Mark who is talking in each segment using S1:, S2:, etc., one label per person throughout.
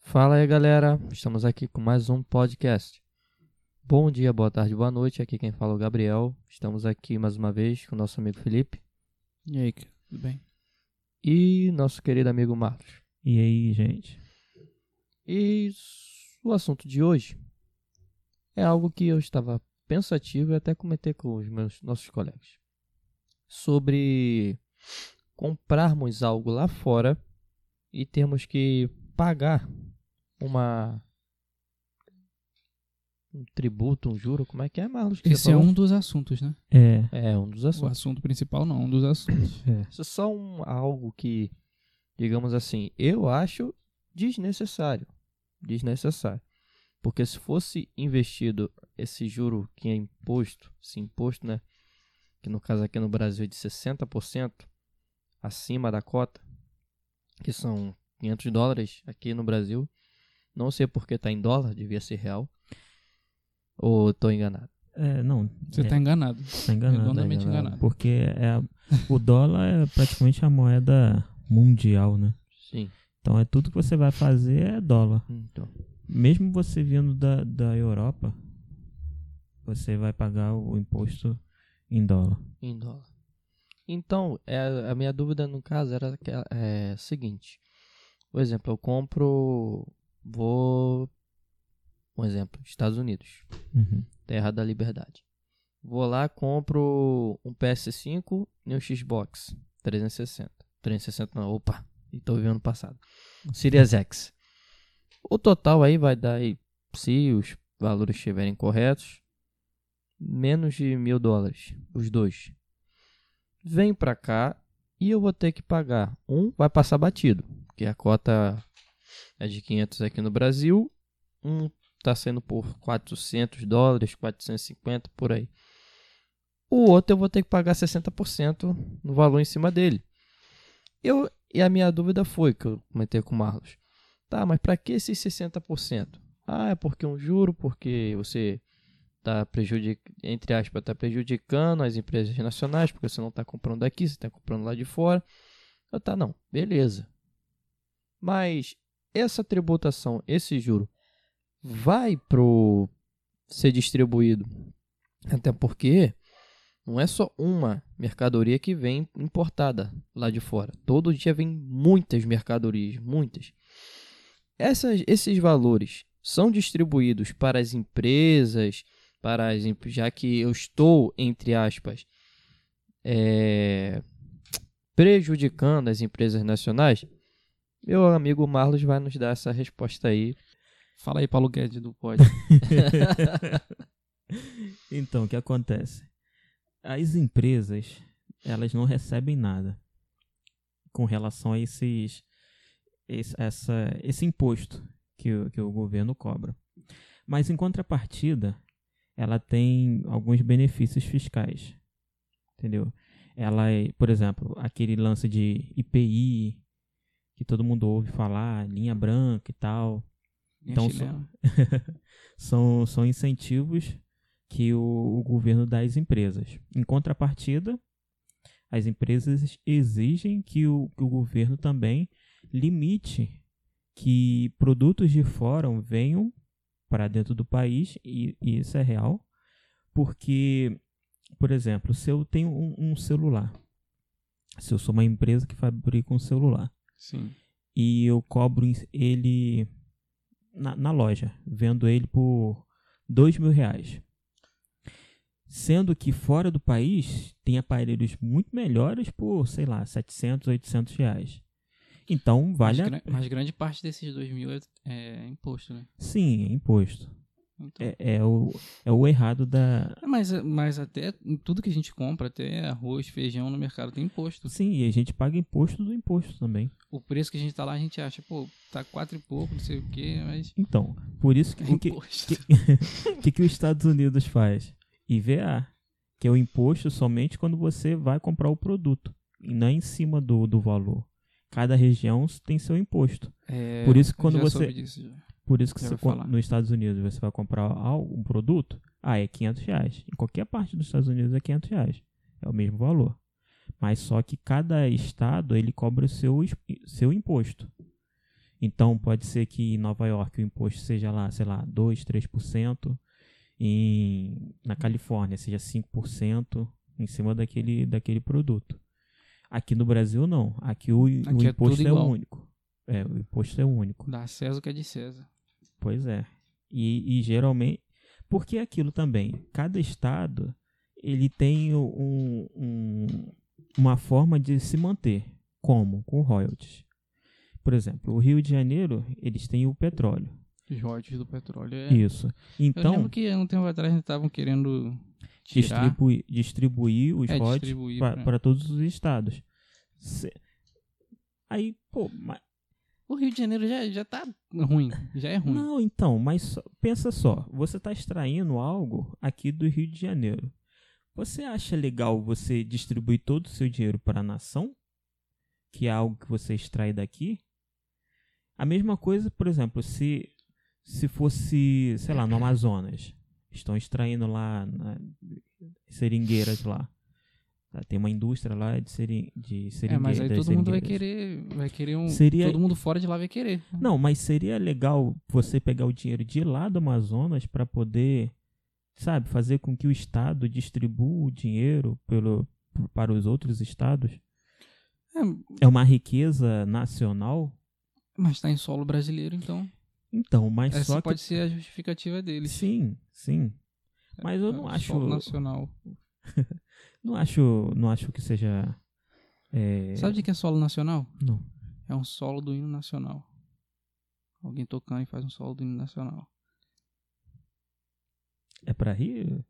S1: Fala aí galera, estamos aqui com mais um podcast. Bom dia, boa tarde, boa noite. Aqui quem fala é o Gabriel. Estamos aqui mais uma vez com nosso amigo Felipe
S2: E aí, cara? tudo bem?
S1: e nosso querido amigo Marcos.
S3: E aí, gente?
S1: E s- o assunto de hoje é algo que eu estava pensativo e até comentei com os meus nossos colegas sobre comprarmos algo lá fora e termos que pagar uma um tributo, um juro, como é que é, Marlos? que você
S2: Esse é
S1: falou?
S2: um dos assuntos, né?
S3: É,
S1: É, um dos
S2: O
S1: assuntos.
S2: assunto principal não, um dos assuntos.
S1: Isso é só um, algo que, digamos assim, eu acho desnecessário. Desnecessário. Porque se fosse investido esse juro que é imposto, esse imposto, né? Que no caso aqui no Brasil é de 60% acima da cota, que são 500 dólares aqui no Brasil. Não sei porque está em dólar, devia ser real. Ou estou enganado?
S3: é não.
S2: Você
S3: é,
S2: tá enganado.
S3: tá enganado.
S2: redondamente
S3: tá
S2: enganado.
S3: Porque é a- o dólar é praticamente a moeda mundial, né?
S1: Sim.
S3: Então é tudo que você vai fazer é dólar.
S1: Então,
S3: Mesmo você vindo da, da Europa, você vai pagar o imposto em dólar.
S1: Em dólar. Então, é, a minha dúvida no caso era que, é, a seguinte. Por exemplo, eu compro. Vou. Um exemplo, Estados Unidos,
S3: Uhum.
S1: Terra da Liberdade. Vou lá, compro um PS5 e um Xbox 360. 360 não, opa, e tô vivendo no passado. Series X. O total aí vai dar aí, se os valores estiverem corretos, menos de mil dólares, os dois. Vem pra cá e eu vou ter que pagar. Um vai passar batido, porque a cota é de 500 aqui no Brasil. Um tá saindo por 400 dólares, 450 por aí. O outro eu vou ter que pagar 60% no valor em cima dele. Eu, e a minha dúvida foi que eu comentei com o Marlos. Tá, mas pra que esses 60%? Ah, é porque é um juro, porque você tá prejudicando, entre aspas, tá prejudicando as empresas nacionais, porque você não tá comprando daqui, você tá comprando lá de fora. Eu tá, não, beleza. Mas essa tributação, esse juro, vai pro ser distribuído. Até porque não é só uma mercadoria que vem importada lá de fora. Todo dia vem muitas mercadorias, muitas. Essas, esses valores são distribuídos para as empresas, para as, em- já que eu estou, entre aspas, é, prejudicando as empresas nacionais. Meu amigo Marlos vai nos dar essa resposta aí.
S2: Fala aí, Paulo Guedes do Pod.
S3: Então, o que acontece? As empresas, elas não recebem nada com relação a esses, esse, essa, esse imposto que, o- que o governo cobra. Mas, em contrapartida, ela tem alguns benefícios fiscais, entendeu? Ela, é- por exemplo, aquele lance de IPI, que todo mundo ouve falar, linha branca e tal, Então, são, são incentivos que o, o governo dá às empresas. Em contrapartida, as empresas exigem que o, que o governo também limite que produtos de fora venham para dentro do país, e, e isso é real, porque, por exemplo, se eu tenho um, um celular, se eu sou uma empresa que fabrica um celular,
S2: Sim.
S3: e eu cobro em- ele na, na loja, vendo ele por dois mil reais. Sendo que fora do país tem aparelhos muito melhores por, sei lá, 700, 800 reais. Então vale
S2: mas,
S3: a...
S2: gran- mas grande parte desses dois mil é, é imposto, né?
S3: Sim, é imposto.
S2: Então-
S3: É, é o, é o errado da...
S2: É, Mas, mas até em tudo que a gente compra, até arroz, feijão no mercado tem imposto.
S3: Sim, e a gente paga imposto do imposto também.
S2: O preço que a gente tá lá, a gente acha, pô, tá quatro e pouco, não sei o quê, mas
S3: Então, por isso que...
S2: é
S3: o que
S2: imposto.
S3: O que, que os Estados Unidos faz? IVA, que é o imposto somente quando você vai comprar o produto, e não é em cima do, do valor. Cada região tem seu imposto.
S2: É,
S3: Por isso que quando
S2: já
S3: você-
S2: soube disso, já.
S3: Por isso que
S2: Já
S3: você,
S2: ouvi
S3: quan-
S2: falar.
S3: nos Estados Unidos você vai comprar algo, um produto, ah, é 500 reais. Em qualquer parte dos Estados Unidos é 500 reais. É o mesmo valor. Mas só que cada estado ele cobra o seu, es- seu imposto. Então pode ser que em Nova York o imposto seja lá, sei lá, 2, 3%, em na Califórnia seja 5% em cima daquele daquele produto. Aqui no Brasil não, aqui o, o
S2: Aqui é
S3: imposto
S2: tudo
S3: é,
S2: igual.
S3: único. É, o imposto é único.
S2: Dá César o que é de César.
S3: Pois é. E, e geralmente. Porque é aquilo também. Cada estado ele tem o- um, um- uma forma de se manter. Como? Com royalties. Por exemplo, o Rio de Janeiro, eles têm o petróleo.
S2: Os royalties do petróleo. É...
S3: Isso.
S2: Eu
S3: Então,
S2: lembro que um tempo atrás eles estavam querendo tirar,
S3: distribui, distribuir os
S2: é,
S3: royalties
S2: distribuir pra-
S3: para todos os estados. Se- Aí, pô, mas
S2: O Rio de Janeiro já, já tá ruim. Já é ruim.
S3: Não, então, mas só- pensa só, você está extraindo algo aqui do Rio de Janeiro. Você acha legal você distribuir todo o seu dinheiro para a nação? Que é algo que você extrai daqui? A mesma coisa, por exemplo, se se fosse, sei lá, no Amazonas, estão extraindo lá na, seringueiras lá. Tá, Tem uma indústria lá de, seri, de seringueiras.
S2: é, mas aí todo mundo vai
S3: seringueiras.
S2: querer. Vai querer um.
S3: Seria-
S2: Todo mundo fora de lá vai querer.
S3: Não, mas seria legal você pegar o dinheiro de lá do Amazonas para poder, sabe, fazer com que o estado distribua o dinheiro pelo, para os outros estados.
S2: É,
S3: É uma riqueza nacional.
S2: mas tá em solo brasileiro, então.
S3: Então, mas
S2: Essa
S3: só
S2: É, pode
S3: que
S2: ser a justificativa deles.
S3: sim, sim. Mas eu não
S2: É,
S3: acho,
S2: Solo nacional.
S3: não acho, não acho que seja é,
S2: Sabe de que é solo nacional?
S3: Não.
S2: É um solo do hino nacional. Alguém tocando e faz um solo do hino nacional.
S3: é para rir,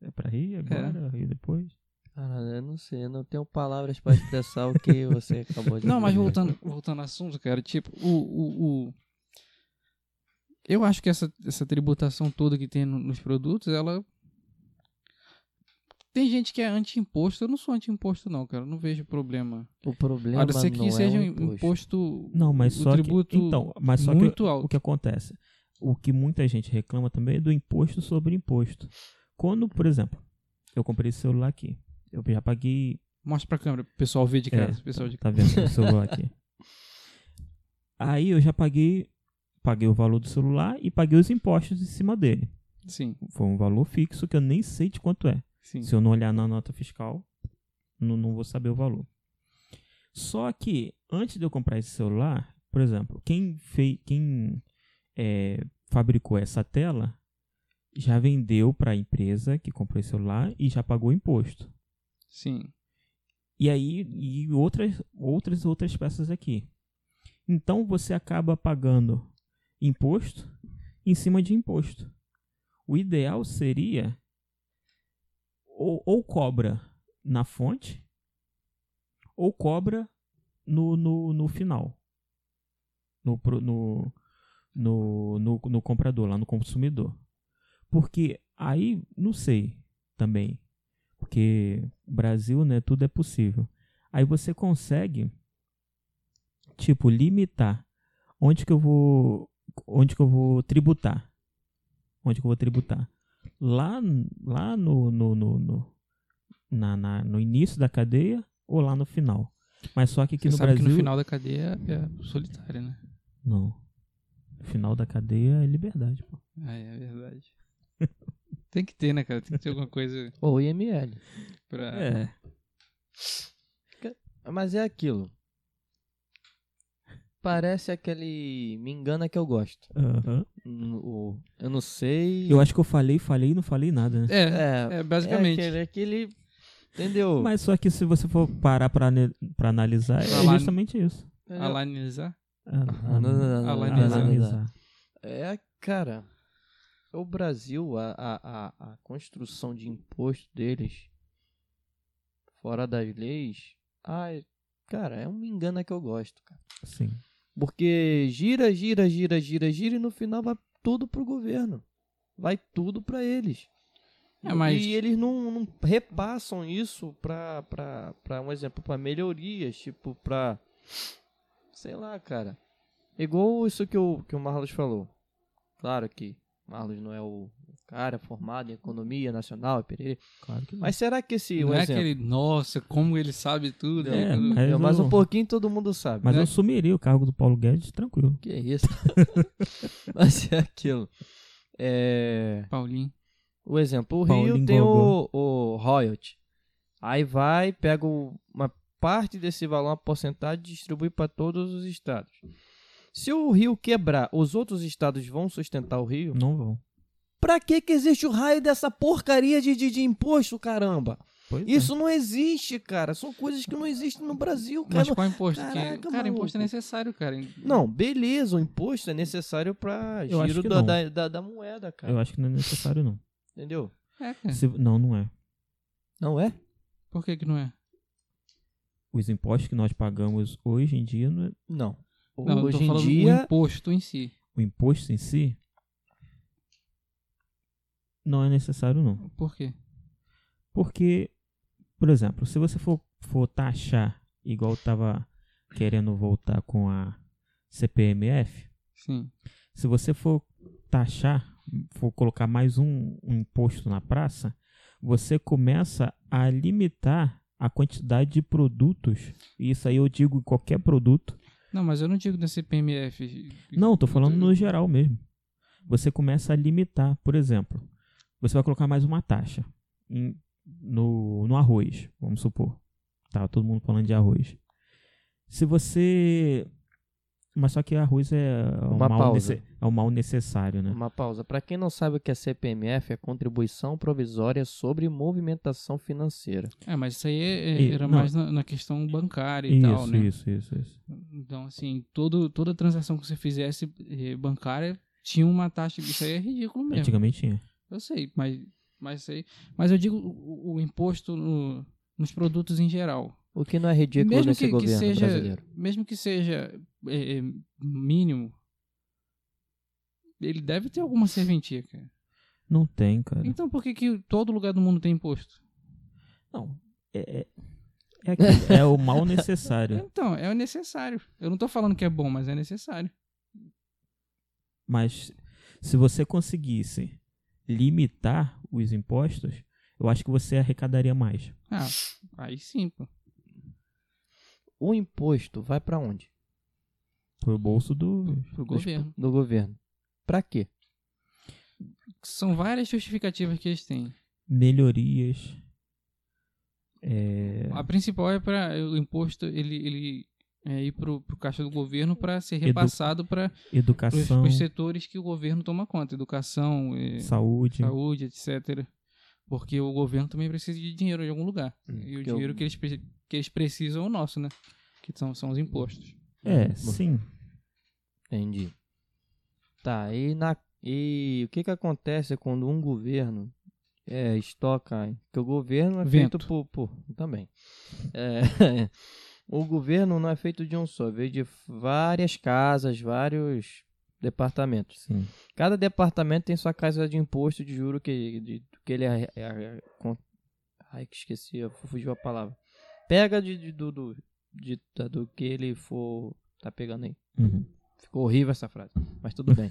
S3: é para rir agora e depois.
S1: Cara, eu não sei, eu não tenho palavras pra expressar o que você acabou de
S2: Não, mas
S1: dizer.
S2: voltando, voltando ao assunto, cara, tipo, o. o, o- Eu acho que essa, essa tributação toda que tem no- nos produtos, ela. Tem gente que é anti-imposto. Eu não sou anti-imposto, não, cara. eu Não vejo problema.
S1: O problema
S2: A não ser
S1: não
S2: que
S1: é
S2: seja
S1: o
S2: um imposto.
S3: Não, mas
S2: o
S3: só
S2: tributo
S3: que, então, mas só que-
S2: muito alto.
S3: o que é- acontece? O que muita gente reclama também é do imposto sobre imposto. Quando, por exemplo, eu comprei esse celular aqui, eu já paguei,
S2: Mostra pra câmera, pro pessoal ver de
S3: É,
S2: casa. pessoal de
S3: tá vendo o celular aqui? Aí eu já paguei, paguei o valor do celular e paguei os impostos em cima dele.
S2: Sim,
S3: Foi um valor fixo que eu nem sei de quanto é.
S2: sim.
S3: Se eu não olhar na nota fiscal, não, não vou saber o valor. Só que, antes de eu comprar esse celular, por exemplo, quem, fei, quem é, fabricou essa tela já vendeu para a empresa que comprou esse celular e já pagou imposto.
S2: Sim.
S3: E aí, e outras, outras, outras peças aqui. Então, você acaba pagando imposto em cima de imposto. O ideal seria ou, ou cobra na fonte ou cobra no, no, no final. No, pro- no, no, no, no comprador, lá no consumidor. Porque aí, não sei também. Porque Brasil, né, tudo é possível. Aí você consegue, tipo, limitar onde que eu vou, onde que eu vou tributar, onde que eu vou tributar. Lá, lá no, no, no, no, na, na- no início da cadeia ou lá no final. Mas só que aqui
S2: Você
S3: no
S2: sabe
S3: Brasil
S2: que no final da cadeia é solitária, né?
S3: não. No final da cadeia é liberdade, pô.
S2: Ah, é verdade. Tem que ter, né, cara? Tem que ter alguma coisa
S1: Ou IML.
S2: pra.
S1: Mas é aquilo. Parece aquele Me Engana que eu gosto.
S3: Aham.
S1: N- o- Eu não sei.
S3: Eu acho que eu falei, falei e não falei nada, né?
S2: É,
S1: É,
S2: é, basicamente.
S1: É aquele, aquele- Entendeu?
S3: Mas só que se você for parar pra, ane- pra analisar, é
S2: Alane-
S3: justamente isso. Ah,
S1: Entendeu? Ah,
S2: Alanizar?
S1: Não, não, não, não,
S2: Alan-
S1: não, não, não,
S2: Alan-
S1: não, não. É, cara. O Brasil, a, a, a, a construção de imposto deles fora das leis. Ai, cara, é um me engana que eu gosto, cara.
S3: Sim.
S1: Porque gira, gira, gira, gira, gira e no final vai tudo pro governo. Vai tudo pra eles.
S2: É, mas-
S1: E eles não, não repassam isso pra, pra, pra, um exemplo, pra melhorias, tipo, pra. Sei lá, cara. Igual isso que o, que o Marlos falou. Claro que Marlos não é o cara formado em economia nacional, e perere.
S3: Claro que não.
S1: mas será que esse.
S2: não
S1: um
S2: é
S1: exemplo-
S2: aquele, nossa, como ele sabe tudo. né?
S3: É, mas-
S1: Não, mas
S3: eu-
S1: um pouquinho todo mundo sabe.
S3: Mas
S1: né?
S3: eu sumiria o cargo do Paulo Guedes, tranquilo.
S1: Que isso. mas é aquilo. É.
S2: Paulinho.
S1: O exemplo, o
S3: Paulinho
S1: Rio tem o,
S3: Gogó.
S1: o royalty. Aí vai, pega o- uma parte desse valor, uma porcentagem, e distribui para todos os estados. Se o Rio quebrar, os outros estados vão sustentar o Rio?
S3: Não vão.
S1: Pra que que existe o raio dessa porcaria de, de, de imposto, caramba?
S3: Pois é.
S1: Isso não existe, cara. São coisas que não existem no Brasil, cara.
S2: Mas qual imposto? que é?
S1: Caraca,
S2: Cara,
S1: maluco.
S2: imposto é necessário, cara.
S1: Não, beleza, o imposto é necessário pra
S3: Eu acho
S1: giro
S3: que
S1: da,
S3: não.
S1: da, da- da moeda, cara.
S3: Eu acho que não é necessário, não.
S1: Entendeu?
S2: É, cara.
S3: Se- não, não é.
S1: Não é?
S2: Por que que não é?
S3: Os impostos que nós pagamos hoje em dia, não é-
S1: Não.
S2: Não, eu
S1: Hoje
S2: tô
S1: em
S2: falando
S1: dia,
S2: o imposto em si.
S3: o imposto em si, não é necessário, não.
S2: Por quê?
S3: Porque, por exemplo, se você for, for taxar igual tava querendo voltar com a CPMF,
S2: Sim.
S3: se você for taxar, for colocar mais um, um imposto na praça, você começa a limitar a quantidade de produtos. E Isso aí eu digo em qualquer produto.
S2: Não, mas eu não digo da CPMF.
S3: Não, tô falando no geral mesmo. Você começa a limitar, por exemplo, você vai colocar mais uma taxa em- no, no arroz, vamos supor. Tá todo mundo falando de arroz. Se você. Mas só que arroz é um,
S1: Uma
S3: mal,
S1: pausa. Um
S3: é um mal necessário, né?
S1: Uma pausa. Para quem não sabe o que é CPMF, é contribuição provisória sobre movimentação financeira.
S2: É, mas isso aí é-
S3: E-
S2: era
S3: não.
S2: mais na, na questão bancária e
S3: Isso,
S2: tal, né?
S3: isso, isso, isso.
S2: Então, assim, todo, toda transação que você fizesse eh, bancária tinha uma taxa. Isso aí é ridículo mesmo.
S3: Antigamente tinha.
S2: Eu sei, mas, mas, sei, mas eu digo o, o- o imposto no- nos produtos em geral.
S1: O que não é ridículo
S2: mesmo
S1: nesse
S2: que, que
S1: governo
S2: seja,
S1: brasileiro.
S2: mesmo que seja eh, eh, mínimo, ele deve ter alguma serventia, cara.
S3: Não tem, cara.
S2: Então por que, que todo lugar do mundo tem imposto?
S3: Não. É, é, é, aquilo, é o mal necessário.
S2: Então, é necessário. Eu não tô falando que é bom, mas é necessário.
S3: Mas se você conseguisse limitar os impostos, eu acho que você arrecadaria mais.
S2: Ah, aí sim, pô.
S1: O imposto vai para onde?
S3: Pro bolso do.
S2: Pro
S1: Dos-
S2: governo.
S1: Do governo. Para quê?
S2: São várias justificativas que eles têm.
S3: Melhorias. É,
S2: A principal é para o imposto ele, ele é ir pro, pro caixa do governo para ser repassado para os,
S3: educação,
S2: setores que o governo toma conta, educação, eh,
S3: saúde.
S2: saúde, etc. Porque o governo também precisa de dinheiro de algum lugar. e o
S1: que eu-
S2: dinheiro que, eles, pre- que eles precisam é o nosso, né? Que são, são os impostos.
S3: É, sim.
S1: Entendi. Tá, e, na, e o que, que acontece quando um governo é, estoca? Que o governo é feito
S2: Vento.
S1: por. por também. É, o governo não é feito de um só, veio de várias casas, vários departamentos.
S3: sim.
S1: Cada departamento tem sua casa de imposto de juro que, de- que ele é, é- é- con- Ai, que esqueci, eu- fugiu a palavra. Pega de, de- do, do, de- da- do que ele for. Tá pegando aí.
S3: Uhum.
S1: Ficou horrível essa frase, mas tudo bem.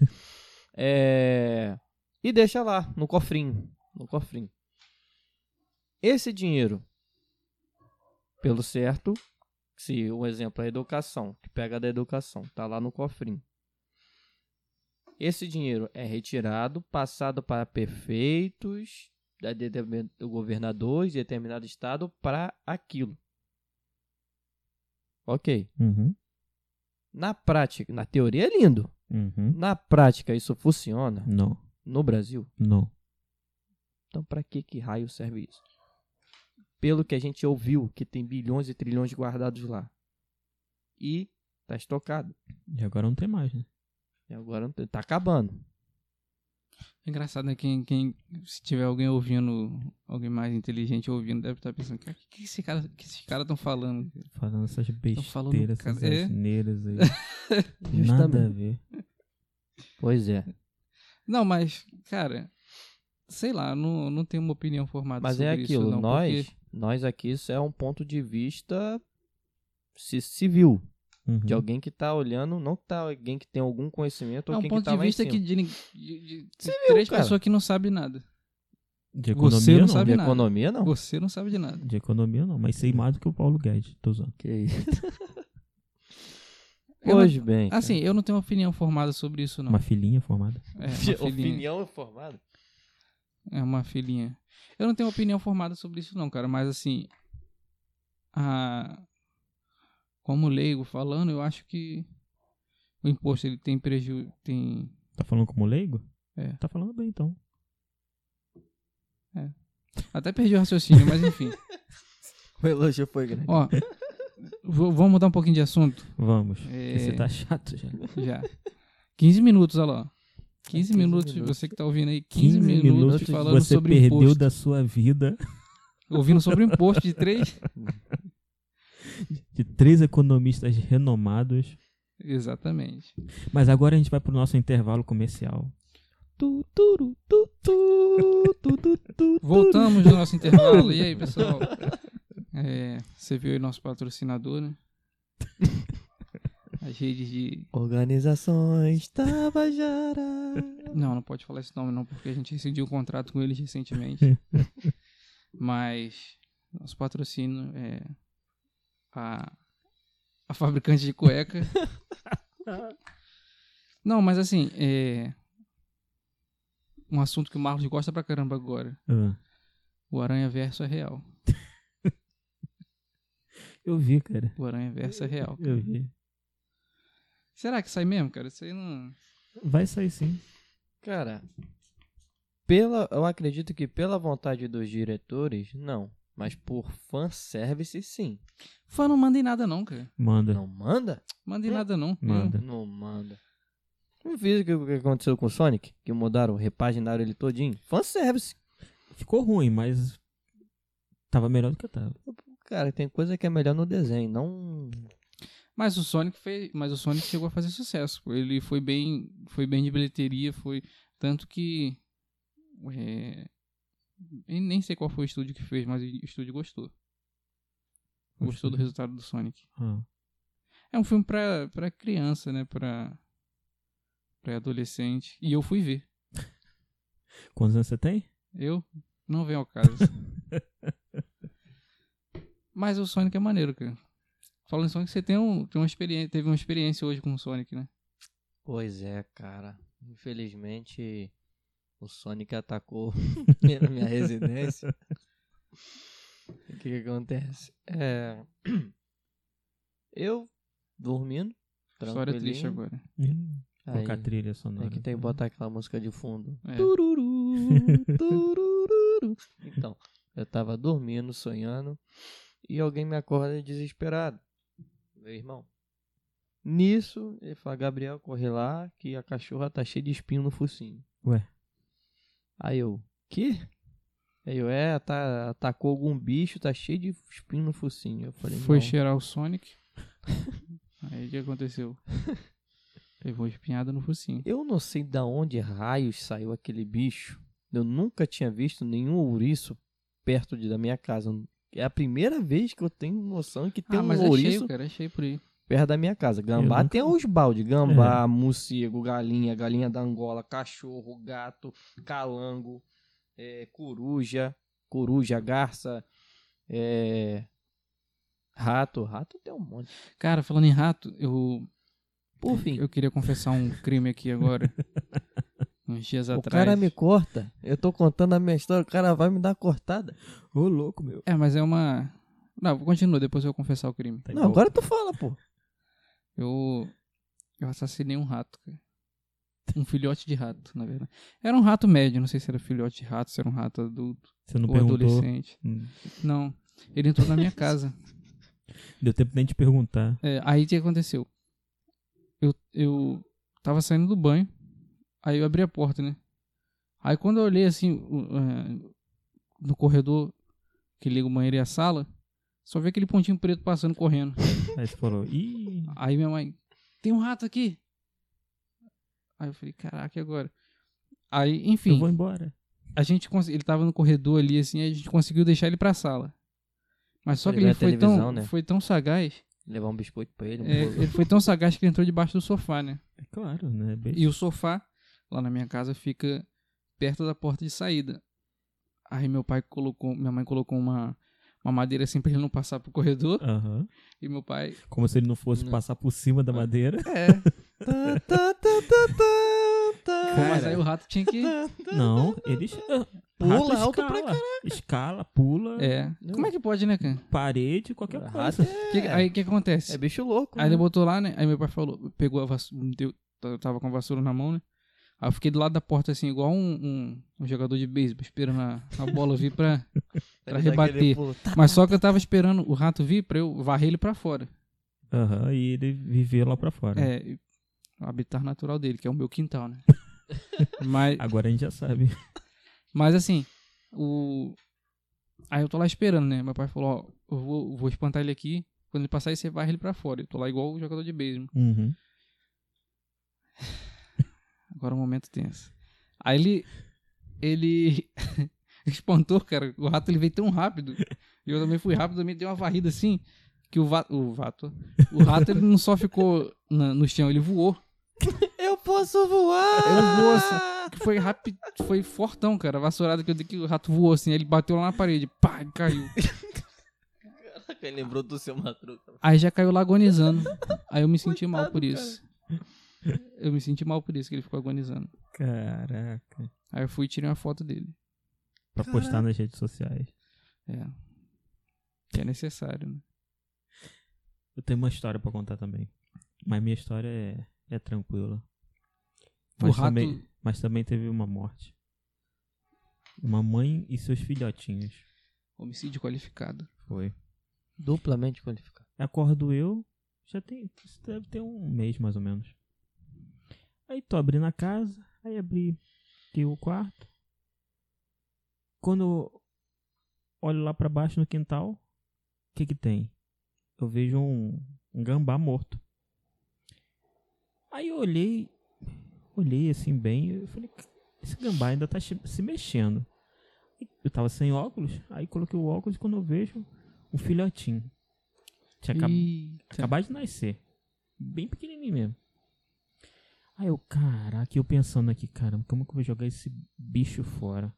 S1: É, e deixa lá, no cofrinho. No cofrinho. Esse dinheiro, pelo certo, se um exemplo é a educação, que pega da educação, tá lá no cofrinho. Esse dinheiro é retirado, passado para prefeitos, da determin- governadores de determinado estado para aquilo. Ok.
S3: Uhum.
S1: Na prática, na teoria é lindo.
S3: Uhum.
S1: Na prática, isso funciona
S3: Não,
S1: no Brasil?
S3: não.
S1: Então, pra que que raio serve isso? Pelo que a gente ouviu, que tem bilhões e trilhões guardados lá. E tá estocado.
S3: E agora não tem mais, né?
S1: E agora não tem- tá acabando.
S2: Engraçado, né? Quem, quem, se tiver alguém ouvindo, alguém mais inteligente ouvindo, deve estar pensando: "Cara, o que, que, esse cara, que esses caras estão falando?
S3: Fazendo essas
S2: falando,
S3: besteiras, essas
S2: cara, é.
S3: asneiras aí. Nada a
S1: Justamente.
S3: ver.
S1: Pois é.
S2: Não, mas, cara, sei lá, não, não tenho uma opinião formada
S1: Mas
S2: sobre
S1: é aquilo,
S2: isso, não,
S1: nós,
S2: porque-
S1: nós aqui, isso é um ponto de vista ci- civil.
S3: Uhum.
S1: De alguém que tá olhando, não tá alguém que tem algum conhecimento
S2: É
S1: ou
S2: um
S1: quem
S2: ponto
S1: que tá
S2: de
S1: lá em
S2: vista que
S1: cima.
S2: de, nin- de- de- três
S1: cara.
S2: pessoas que não sabem nada.
S3: De
S2: Você
S3: economia
S2: não
S3: não. né?
S2: sabe
S1: De
S2: nada.
S1: economia, não.
S2: Você não sabe de nada.
S3: De economia não, mas sei mais do que o Paulo Guedes. Tô usando.
S1: Que isso.
S2: Eu
S1: Hoje bem. cara.
S2: Assim, eu não tenho opinião formada sobre isso, não.
S3: Uma filhinha formada.
S2: É, uma filhinha.
S1: opinião formada.
S2: É uma filhinha. Eu não tenho opinião formada sobre isso, não, cara. Mas assim. A... Como leigo falando, eu acho que o imposto ele tem prejuízo. Tem...
S3: Tá falando como leigo?
S2: É.
S3: Tá falando bem então.
S2: Até perdi o raciocínio, mas enfim.
S1: O elogio foi grande.
S2: Ó. vou- Vamos mudar um pouquinho de assunto.
S3: Vamos.
S2: É.
S3: Esse tá chato já.
S2: Já. 15 minutos, olha lá. ó. 15,
S1: 15
S2: minutos,
S1: minutos.
S2: você que tá ouvindo aí, 15, minutos, falando
S3: você
S2: sobre
S3: perdeu
S2: imposto.
S3: da sua vida
S2: Ouvindo sobre imposto de três.
S3: de três economistas renomados.
S2: Exatamente.
S3: Mas agora a gente vai pro nosso intervalo comercial.
S1: Tu, turu, tu, tu, tu, tu, tu.
S2: Voltamos do nosso intervalo. E aí, pessoal? É, você viu aí nosso patrocinador, né? As redes de.
S1: Organizações Tabajara.
S2: Não, não pode falar esse nome, não, porque a gente rescindiu o contrato com eles recentemente. Mas nosso patrocínio é a, a fabricante de cueca. Não, mas assim, é. Um assunto que o Marcos gosta pra caramba agora.
S3: Ah,
S2: O Aranha Verso é real.
S3: eu vi, cara.
S2: O Aranha Verso é real.
S3: Eu vi.
S2: Será que sai mesmo, cara? Isso aí não.
S3: Vai sair sim.
S1: Cara, pela, eu acredito que pela vontade dos diretores, não. Mas por fanservice, sim.
S2: Fã, não mandem nada, não, cara.
S3: Manda.
S1: Não manda?
S2: Mandem nada, não. Hum.
S3: Manda.
S1: Não manda. Não viu o que que aconteceu com o Sonic? Que mudaram, repaginaram ele todinho. Fanservice.
S3: Ficou ruim, mas tava melhor do que eu tava.
S1: Cara, tem coisa que é melhor no desenho, não...
S2: Mas o Sonic fez. Mas o Sonic chegou a fazer sucesso. pô. Ele foi bem. Foi bem de bilheteria, foi. Tanto que. é, eu Nem sei qual foi o estúdio que fez, mas o estúdio gostou. Gostou do resultado do Sonic.
S3: Ah,
S2: É um filme pra, pra criança, né? Pra. Pra adolescente. E eu fui ver.
S3: Quantos anos você tem?
S2: Eu não venho ao caso. Mas o Sonic é maneiro, cara. Falando em Sonic, você tem um, tem uma experiência, teve uma experiência hoje com o Sonic, né?
S1: Pois é, cara. Infelizmente, o Sonic atacou na minha residência. O que, que acontece? É... Eu dormindo.
S2: História triste
S1: tranquilinho,
S2: agora.
S3: Hum,
S2: tá
S1: aí-
S3: Colocar trilha sonora.
S1: É que tem que botar aquela música de fundo.
S2: né? É.
S1: Tururu, turururu. Então, eu tava dormindo, sonhando, e alguém me acorda desesperado. Meu irmão. Nisso, ele fala, Gabriel, corre lá, que a cachorra tá cheia de espinho no focinho.
S3: Ué.
S1: Aí eu, que? Aí eu, é, tá, atacou algum bicho, tá cheio de espinho no focinho. Eu falei,
S2: Foi
S1: não.
S2: cheirar o Sonic. Aí o que aconteceu? Levou espinhada no focinho.
S1: Eu não sei da onde raios saiu aquele bicho. Eu nunca tinha visto nenhum ouriço perto de, da minha casa. É a primeira vez que eu tenho noção que tem
S2: ah,
S1: um
S2: mas é
S1: ouriço
S2: cheio, cara. É cheio por aí.
S1: perto da minha casa. Gambá
S3: nunca-
S1: tem os balde. Gambá, morcego, galinha, galinha da Angola, cachorro, gato, calango, é, coruja, coruja, garça, é, rato. Rato tem um monte.
S2: Cara, falando em rato, eu,
S1: Por fim,
S2: eu queria confessar um crime aqui agora. Uns dias
S1: o
S2: atrás.
S1: cara me corta. Eu tô contando a minha história, o cara vai me dar uma cortada.
S3: Ô, louco, meu.
S2: É, mas é uma. Não, continua, depois eu vou confessar o crime.
S3: Tá
S1: Não,
S3: igual-
S1: agora tu fala, pô.
S2: Eu, eu assassinei um rato, cara. Um filhote de rato, na verdade. Era um rato médio, não sei se era filhote de rato, se era um rato adulto
S3: Você não
S2: ou
S3: perguntou.
S2: adolescente.
S3: Hum,
S2: Não. Ele entrou na minha casa.
S3: Deu tempo nem de perguntar.
S2: É, aí o que aconteceu? Eu, eu tava saindo do banho, aí eu abri a porta, né? Aí quando eu olhei assim, o- é, no corredor que liga o banheiro e a sala, só vi aquele pontinho preto passando correndo.
S3: Aí você falou, ih,
S2: Aí minha mãe, tem um rato aqui. Aí eu falei, caraca, e agora? Aí,
S3: eu
S2: enfim,
S3: vou embora.
S2: a gente cons- ele tava no corredor ali, assim, a gente conseguiu deixar ele pra sala. Mas só
S1: Ele
S2: que
S1: vê
S2: ele
S1: a
S2: foi
S1: Tá televisão,
S2: tão,
S1: né?
S2: foi tão sagaz
S1: Levar um biscoito pra ele. Um
S2: É,
S1: bolo.
S2: ele foi tão sagaz que ele entrou debaixo do sofá, né?
S3: É claro, né? Bem-
S2: E o sofá, lá na minha casa, fica perto da porta de saída. Aí meu pai colocou, minha mãe colocou uma, uma madeira assim pra ele não passar pro corredor.
S3: Aham.
S2: E meu pai.
S3: Como se ele não Ah. fosse
S1: Não.
S3: passar por cima da madeira.
S2: É.
S1: Tá, tá, tá, tá, tá, tá.
S2: Mas aí o rato tinha que.
S3: Não, ele es-
S1: Pula
S3: rato
S1: alto pra
S3: escala. Escala, pula,
S2: É. Como é que pode, né, cara?
S3: parede, qualquer
S1: Rato
S3: coisa.
S1: é-
S2: Que- aí o que acontece?
S1: É bicho louco.
S2: Aí ele
S1: né?
S2: botou lá, né? Aí meu pai falou, pegou a vassoura, deu, eu tava com a vassoura na mão, né? Aí eu fiquei do lado da porta, assim, igual um, um- um jogador de beisebol, esperando a, a bola vir pra. pra
S1: Ele dá aquele
S2: rebater.
S1: pulo. Tá,
S2: Mas só que eu tava esperando o rato vir pra eu varrer ele pra fora.
S3: Aham, e ele viveu lá pra fora.
S2: É, e- o habitat natural dele, que é o meu quintal, né? mas,
S3: Agora a gente já sabe.
S2: mas assim, o. Aí eu tô lá esperando, né? Meu pai falou, ó, eu vou, eu vou espantar ele aqui. Quando ele passar, aí você varre ele pra fora. Eu tô lá igual o jogador de beisebol.
S3: Uhum.
S2: Agora é um momento tenso. Aí ele. Ele. espantou, cara. O rato ele veio tão rápido. E eu também fui rápido, também dei uma varrida assim. Que o vato. O vato. O rato ele não só ficou na- no chão, ele voou.
S1: Eu posso voar!
S2: Eu vou assim. Que foi rápido. Foi fortão, cara. A vassourada que eu dei que o rato voou assim. Aí ele bateu lá na parede. Pá, e caiu.
S1: Ele lembrou do seu madruga.
S2: Aí já caiu lá agonizando. Aí eu me senti mal por isso. Eu me senti mal por isso que ele ficou agonizando.
S3: Caraca.
S2: Aí eu fui e tirei uma foto dele.
S3: Pra postar nas redes sociais.
S2: É. Que é necessário, né?
S3: Eu tenho uma história pra contar também. Mas minha história é, é tranquila.
S2: O
S3: Mas
S2: rato-
S3: também, mas também teve uma morte. Uma mãe e seus filhotinhos.
S2: Homicídio qualificado.
S3: Foi.
S1: Duplamente qualificado.
S3: Acordo eu, já tem, isso deve ter um mês mais ou menos. Aí tô abrindo a casa, aí abri aqui o quarto. Quando eu olho lá pra baixo no quintal, o que que tem? Eu vejo um, um gambá morto. Aí eu olhei, olhei assim bem, eu falei, "C- esse gambá ainda tá che- se mexendo. Eu tava sem óculos, aí coloquei o óculos quando eu vejo um filhotinho. Tinha acabado
S2: Eita.
S3: acabar Tá de nascer. Bem pequenininho mesmo. Aí eu, caraca, e eu pensando aqui, caramba, como que eu vou jogar esse bicho fora?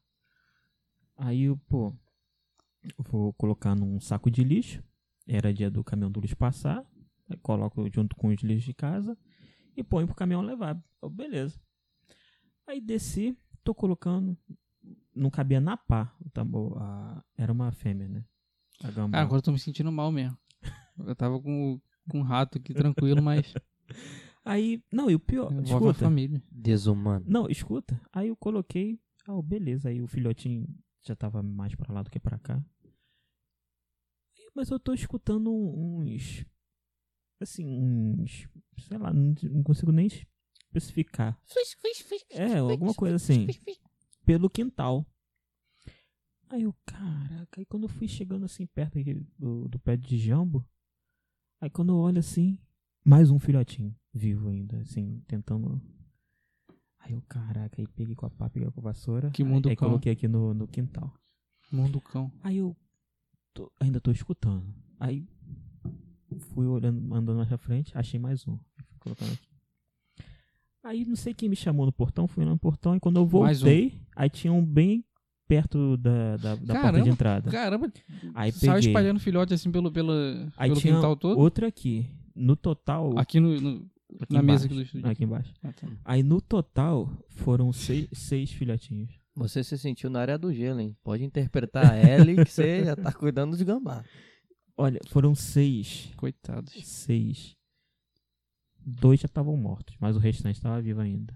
S3: Aí eu, pô, eu vou colocar num saco de lixo. Era dia do caminhão do lixo passar. Aí coloco junto com os lixos de casa e ponho pro caminhão levar. Eu, beleza. Aí desci, tô colocando. Não cabia na pá. o tambor, a- era uma fêmea, né? A gambá.
S2: Ah, agora eu tô me sentindo mal mesmo. Eu tava com, com um rato aqui tranquilo, mas
S3: Aí, não, e o pior,
S2: envolve a
S3: escuta,
S2: família.
S1: Desumano.
S3: Não, escuta. Aí eu coloquei. Ah, oh, beleza. Aí o filhotinho já tava mais pra lá do que pra cá. Aí, Mas eu tô escutando um- uns. Assim, uns. Sei lá, não, não consigo nem especificar. É, alguma coisa
S2: tipo,
S3: assim. Pelo quintal. Aí eu, caraca. Aí quando eu fui chegando assim perto aqui do, do pé de jambo. Aí quando eu olho assim. Mais um filhotinho vivo ainda, assim, tentando Aí eu, caraca, aí peguei com a pá, peguei com a vassoura.
S2: Que mundo
S3: Aí
S2: cão.
S3: coloquei aqui no, no quintal.
S2: Mundo cão.
S3: Aí eu tô- ainda tô escutando. Aí fui olhando, andando mais pra frente, achei mais um. Fui colocando aqui. Aí não sei quem me chamou no portão, fui lá no portão e quando eu
S2: Mais um.
S3: voltei, aí tinha um bem perto da, da, da porta de
S2: Caramba,
S3: entrada.
S2: Caramba,
S3: Tá. Aí
S2: saiu
S3: peguei.
S2: espalhando filhote assim pelo, pela,
S3: Aí
S2: pelo
S3: tinha
S2: quintal todo.
S3: outro aqui. No total,
S2: Aqui no, no-
S3: aqui
S2: na mesa
S3: embaixo,
S2: aqui do estúdio.
S3: Aqui embaixo.
S2: Ah, tá.
S3: Aí no total foram seis, seis filhotinhos.
S1: Você se sentiu na área do gelo, hein? Pode interpretar a Ellie que você já tá cuidando de gambá.
S3: Olha, foram seis.
S2: Coitados.
S3: Seis. Dois já estavam mortos, mas o restante estava vivo ainda.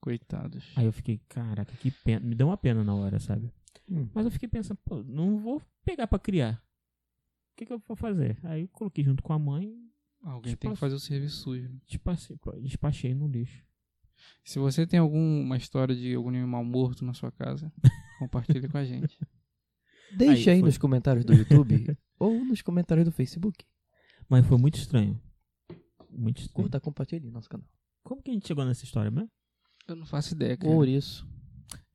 S2: Coitados.
S3: Aí eu fiquei, caraca, que pena. Me deu uma pena na hora, sabe?
S1: Hum.
S3: Mas eu fiquei pensando, pô, não vou pegar pra criar. O que, que eu vou fazer? Aí eu coloquei junto com a mãe
S2: Alguém
S3: tipo
S2: tem que
S3: assim.
S2: fazer o serviço sujo. né?
S3: despachei, despachei no lixo.
S2: Se você tem alguma história de algum animal morto na sua casa, compartilha com a gente.
S1: Deixa aí,
S3: Aí foi.
S1: nos comentários do YouTube ou nos comentários do Facebook.
S3: Mas foi muito estranho. Muito estranho.
S1: Curta, compartilhe nosso canal.
S3: Como que a gente chegou nessa história mesmo?
S2: Eu não faço ideia, cara.
S1: Ouriço.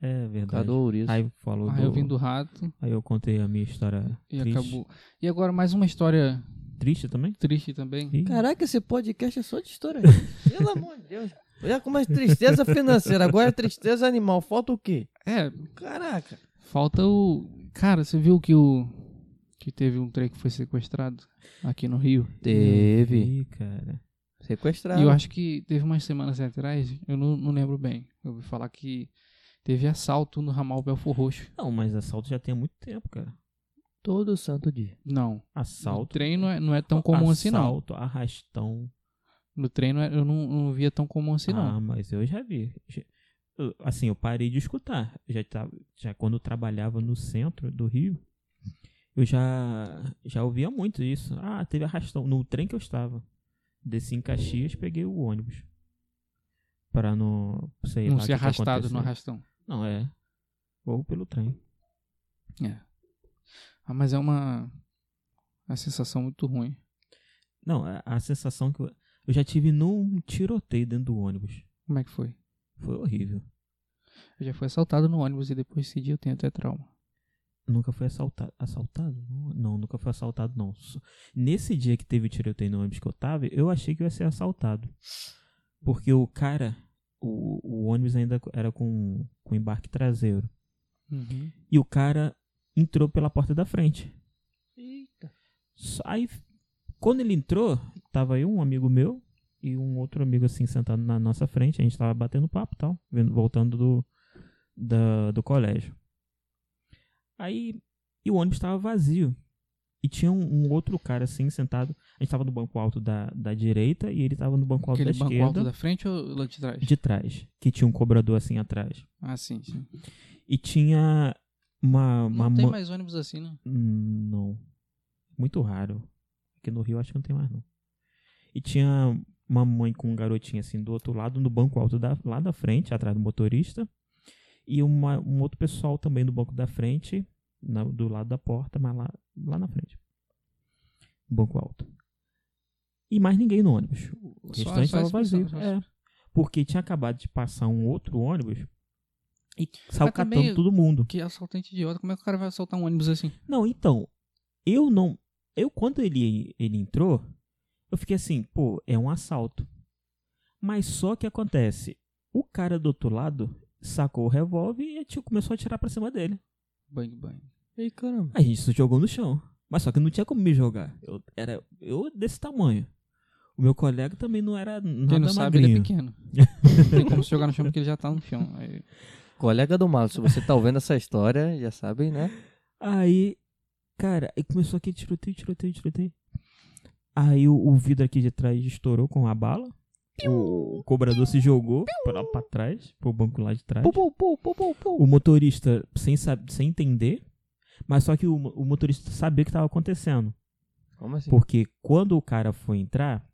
S3: É verdade.
S1: Cadê o ouriço?
S3: Aí falou
S2: Ah,
S3: do-
S2: eu vim do rato
S3: Aí eu contei a minha história
S2: e
S3: triste.
S2: acabou. E agora mais uma história
S3: Triste também?
S2: Triste também.
S3: Ih,
S1: Caraca, esse podcast é só de história. Pelo amor de Deus. Já com mais tristeza financeira, agora é tristeza animal. Falta o quê?
S2: É,
S1: Caraca.
S2: falta o. Cara, você viu que o. Que teve um trem que foi sequestrado aqui no Rio?
S1: Teve.
S3: Ih, cara.
S1: Sequestrado.
S2: E eu acho que teve umas semanas atrás, eu não, não lembro bem. Eu ouvi falar que teve assalto no ramal Belfor Roxo.
S3: Não, mas assalto já tem há muito tempo, cara.
S1: Todo santo dia.
S2: Não. No
S3: Assalto.
S2: trem não é, não é tão comum assim, não.
S3: Assalto, arrastão.
S2: No trem não é- eu não, não via tão comum assim, não.
S3: Ah, mas eu já vi. Já- eu- Assim, eu parei de escutar. Já, tava, já quando eu trabalhava no centro do Rio, eu já, já ouvia muito isso. Ah, teve arrastão. No trem que eu estava. Desci em Caxias, peguei o ônibus. Pra não. Sei
S2: não
S3: lá o
S2: ser
S3: que que
S2: arrastado no
S3: aconteceu.
S2: arrastão.
S3: Não, é. Ou pelo trem.
S2: É. Ah, mas é uma. Uma sensação muito ruim.
S3: Não, é, a, a sensação que eu, eu já tive num tiroteio dentro do ônibus.
S2: Como é que foi?
S3: Foi horrível.
S2: Eu já fui assaltado no ônibus e depois desse dia eu tenho até trauma.
S3: Nunca fui assaltado. Assaltado? Não, nunca fui assaltado, não. Só- Nesse dia que teve o tiroteio no ônibus que eu tava, eu achei que eu ia ser assaltado. Porque o cara, o, o ônibus ainda era com, com embarque traseiro. E o cara entrou pela porta da frente.
S1: Eita.
S3: Só- Aí, quando ele entrou, tava eu, um amigo meu e um outro amigo assim sentado na nossa frente. A gente tava batendo papo e tal, vendo- voltando do, da- do colégio. Aí, e o ônibus tava vazio. E tinha um, um outro cara assim sentado. A gente tava no banco alto da, da direita e ele tava no banco alto
S2: Aquele
S3: da
S2: banco
S3: esquerda.
S2: alto da frente ou lá de trás?
S3: De trás, que tinha um cobrador assim atrás.
S2: Ah, sim, sim.
S3: E tinha uma. uma
S2: não tem
S3: ma-
S2: mais ônibus assim, né?
S3: Hum, Não. Muito raro. Aqui no Rio acho que não tem mais, não. E tinha uma mãe com um garotinho assim do outro lado, no banco alto da, lá da frente, atrás do motorista. E uma, um outro pessoal também do banco da frente, na- do lado da porta, mas lá, lá na frente. Banco alto. E mais ninguém no ônibus. O
S2: Só-
S3: restante
S2: só
S3: estava
S2: esse
S3: vazio.
S2: pessoal, só assim.
S3: É. porque tinha acabado de passar um outro ônibus e saiu
S2: Mas também-
S3: catando todo mundo.
S2: Que assaltante idiota. Como é que o cara vai assaltar um ônibus assim?
S3: Não, então, eu não. Eu, quando ele, ele entrou, eu fiquei assim, pô, é um assalto. Mas só que acontece, o cara do outro lado sacou o revólver e ati- começou a atirar pra cima dele.
S2: Bang, bang.
S1: Ei, caramba.
S3: A gente se jogou no chão. Mas só que não tinha como me jogar. Eu era eu desse tamanho. O meu colega também não era nada
S2: Quem não sabe, ele é
S3: magrinho.
S2: pequeno. não tem como se jogar no chão porque ele já tá no chão. Aí,
S1: Colega do Malo, se você tá ouvindo essa história, já sabem, né?
S3: Aí, cara, aí começou aquele tiroteio, tiroteio, tiroteio. Aí o, o vidro aqui de trás estourou com a bala. O, o cobrador se jogou pra, pra trás, pro banco lá de trás.
S1: Pum, pum, pum, pum, pum, pum.
S3: O motorista sem, sab- sem entender, mas só que o, mo- o motorista sabia o que estava acontecendo.
S1: Como assim?
S3: Porque quando o cara foi entrar,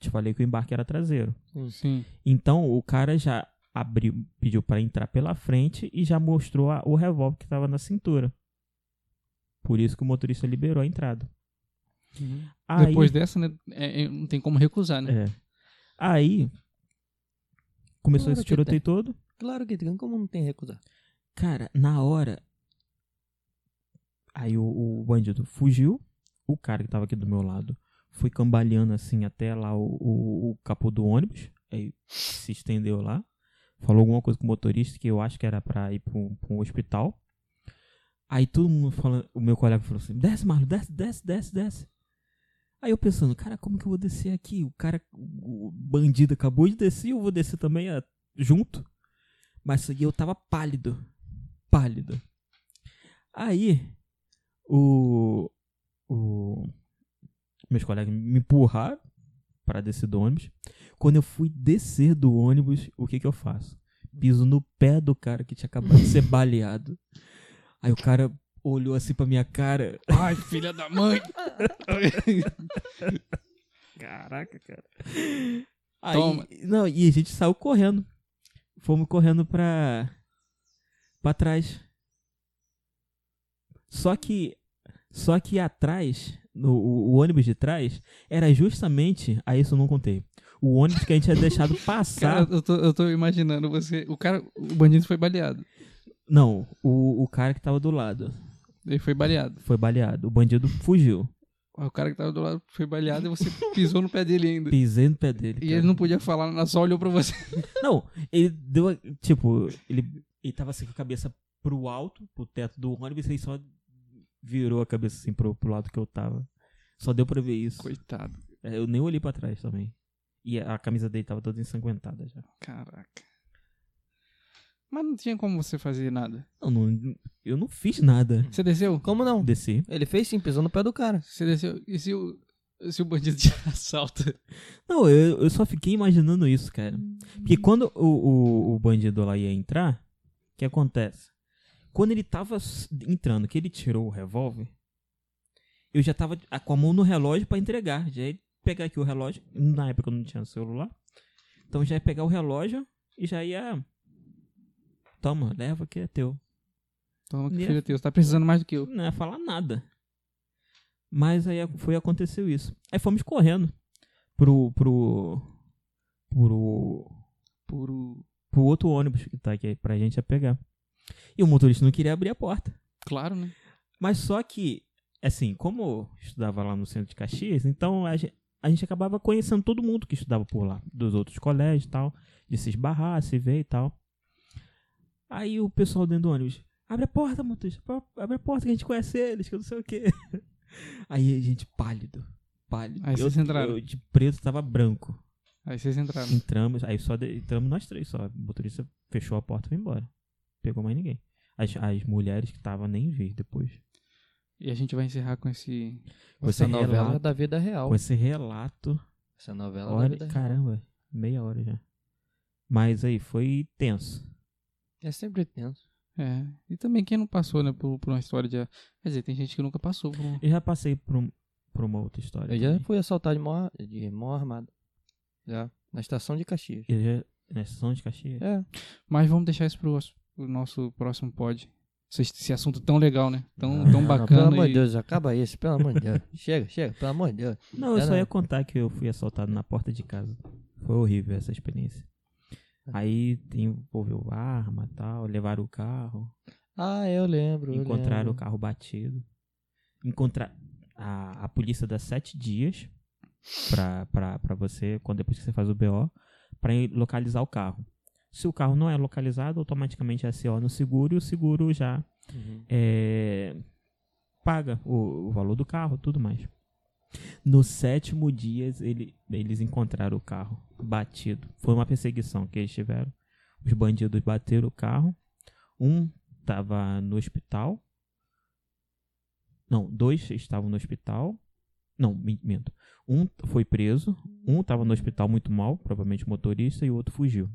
S3: te falei que o embarque era traseiro.
S2: sim.
S3: Então o cara já abriu, pediu para entrar pela frente e já mostrou a- o revólver que estava na cintura. Por isso que o motorista liberou a entrada. Aí,
S2: Depois dessa, né? é- é- não tem como recusar, né?
S3: é. Aí começou
S1: Claro
S3: esse
S1: que tem.
S3: tiroteio todo.
S1: Claro que tem, como não tem recusar.
S3: Cara, na hora aí o, o bandido fugiu. O cara que estava aqui do meu lado foi cambaleando assim até lá o, o- o capô do ônibus. Aí se estendeu lá. Falou alguma coisa com o motorista que eu acho que era pra ir pra um, pra um hospital. Aí todo mundo falando. O meu colega falou assim: desce, Marlon, desce, desce, desce, desce. Aí eu pensando, cara, como que eu vou descer aqui? O cara, o bandido acabou de descer, eu vou descer também ah, junto. Mas aí eu tava pálido. Pálido. Aí, o, o meus colegas me empurraram para descer do ônibus. Quando eu fui descer do ônibus, o que que eu faço? Piso no pé do cara que tinha acabado de ser baleado. Aí o cara olhou assim pra minha cara.
S2: Ai, filha da mãe!
S3: Caraca, cara.
S2: Toma.
S3: Não, e a gente saiu correndo. Fomos correndo pra. pra trás. Só que. Só que atrás, no, o, o ônibus de trás, era justamente. Ah, isso eu não contei. O ônibus que a gente tinha deixado passar.
S2: Cara, eu tô, eu tô imaginando você. O cara, o bandido foi baleado.
S3: Não, o, o cara que tava do lado
S2: Ele foi baleado.
S3: foi baleado. O bandido fugiu.
S2: O cara que tava do lado foi baleado e você pisou no pé dele ainda.
S3: Pisei no pé dele.
S2: E
S3: cara.
S2: ele não podia falar, nada, só olhou pra você.
S3: Não, ele deu. a- Tipo, ele, ele tava assim com a cabeça pro alto, pro teto do ônibus, e ele só virou a cabeça assim pro, pro lado que eu tava. Só deu pra ver isso.
S2: Coitado.
S3: É, Eu nem olhei pra trás também. E a a camisa dele tava toda ensanguentada já.
S2: Caraca. Mas não tinha como você fazer nada.
S3: Não, não- eu não fiz nada.
S2: Você desceu?
S1: Como não?
S3: Desci.
S1: Ele fez sim, pisou no pé do cara.
S2: Você desceu. E se o, se o bandido te assalta?
S3: Não, eu, eu só fiquei imaginando isso, cara. Porque quando o, o, o bandido lá ia entrar, o que acontece? Quando ele tava s- entrando, que ele tirou o revólver, eu já tava ah, com a mão no relógio pra entregar. Já ia pegar aqui o relógio. Na época eu não tinha celular. Então já ia pegar o relógio e já ia. Toma, leva que é teu.
S2: Toma, que
S3: Né?
S2: filho teu, você tá precisando mais do que eu.
S3: Não ia falar nada. Mas aí ac- foi aconteceu isso. Aí fomos correndo pro. pro. pro
S2: Puro.
S3: pro outro ônibus que tá aqui pra gente a pegar. E o motorista não queria abrir a porta.
S2: Claro, né?
S3: Mas só que, assim, como eu estudava lá no centro de Caxias, então a gente, a gente acabava conhecendo todo mundo que estudava por lá, dos outros colégios e tal, de se esbarrar, se ver e tal. Aí o pessoal dentro do ônibus, abre a porta, motorista, pô, abre a porta que a gente conhece eles, que eu não sei o quê. Aí a gente pálido, pálido.
S2: Aí
S3: eu,
S2: vocês entraram.
S3: eu de preto tava branco.
S2: Aí vocês entraram.
S3: Entramos, aí só de- entramos nós três só. O motorista fechou a porta e foi embora. Pegou mais ninguém. As, as mulheres que estavam nem vi depois.
S2: E a gente vai encerrar com esse.
S3: Você
S1: Essa novela
S3: relata-
S1: é da vida real.
S3: Com esse relato.
S1: Essa novela é da
S3: Olha,
S1: vida real.
S3: caramba, meia hora já. Mas aí, foi tenso.
S1: É sempre tenso.
S2: É. E também quem não passou, né, por, por uma história de. Quer dizer, tem gente que nunca passou por um.
S3: Eu já passei por, um- por uma outra história.
S1: Eu já
S3: também.
S1: fui assaltado de mão, de mão armada. Já. Na estação de Caxias.
S3: Eu já- na estação de Caxias?
S1: É.
S2: Mas vamos deixar isso pro, os- pro nosso próximo pod. Esse, esse assunto tão legal, né? Tão,
S3: Ah,
S2: tão
S1: Não,
S2: bacana.
S1: Pelo amor
S2: e-
S1: de Deus, acaba isso. Pelo amor de Deus. chega, chega. Pelo amor de Deus.
S3: Não, eu
S1: É,
S3: só
S1: não.
S3: ia contar que eu fui assaltado na porta de casa. Foi horrível essa experiência.
S1: É.
S3: Aí tem- envolveu arma e tal, levaram o carro.
S1: Ah, eu lembro. eu
S3: Encontraram o
S1: lembro.
S3: carro batido. Encontrar a, a polícia dá sete dias pra, pra, pra você, quando depois que você faz o BO, pra ir localizar o carro. Se o carro não é localizado, automaticamente é CO no seguro e o seguro já
S1: Uhum.
S3: é, paga o, o valor do carro tudo mais. No sétimo dia, ele, eles encontraram o carro batido. Foi uma perseguição que eles tiveram. Os bandidos bateram o carro. Um estava no hospital. Não, dois estavam no hospital. Não, min- minto. Um t- foi preso. Um estava no hospital muito mal, provavelmente o motorista, e o outro fugiu.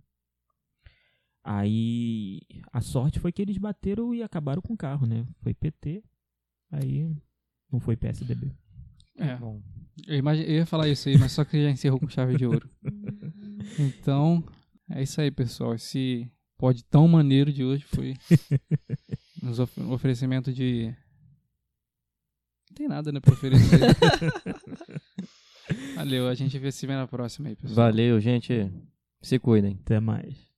S3: Aí a sorte foi que eles bateram e acabaram com o carro, né? Foi PT, aí não foi PSDB.
S2: É,
S1: Bom,
S2: eu, imagi- eu ia falar isso aí, mas só que já encerrou com chave de ouro. Então, é isso aí, pessoal. Esse pod tão maneiro de hoje foi nos of- um oferecimento de. Não tem nada, né, pra oferecer. Valeu, a gente vê se vê na próxima aí, pessoal.
S1: valeu, gente. Se cuidem.
S3: Até mais.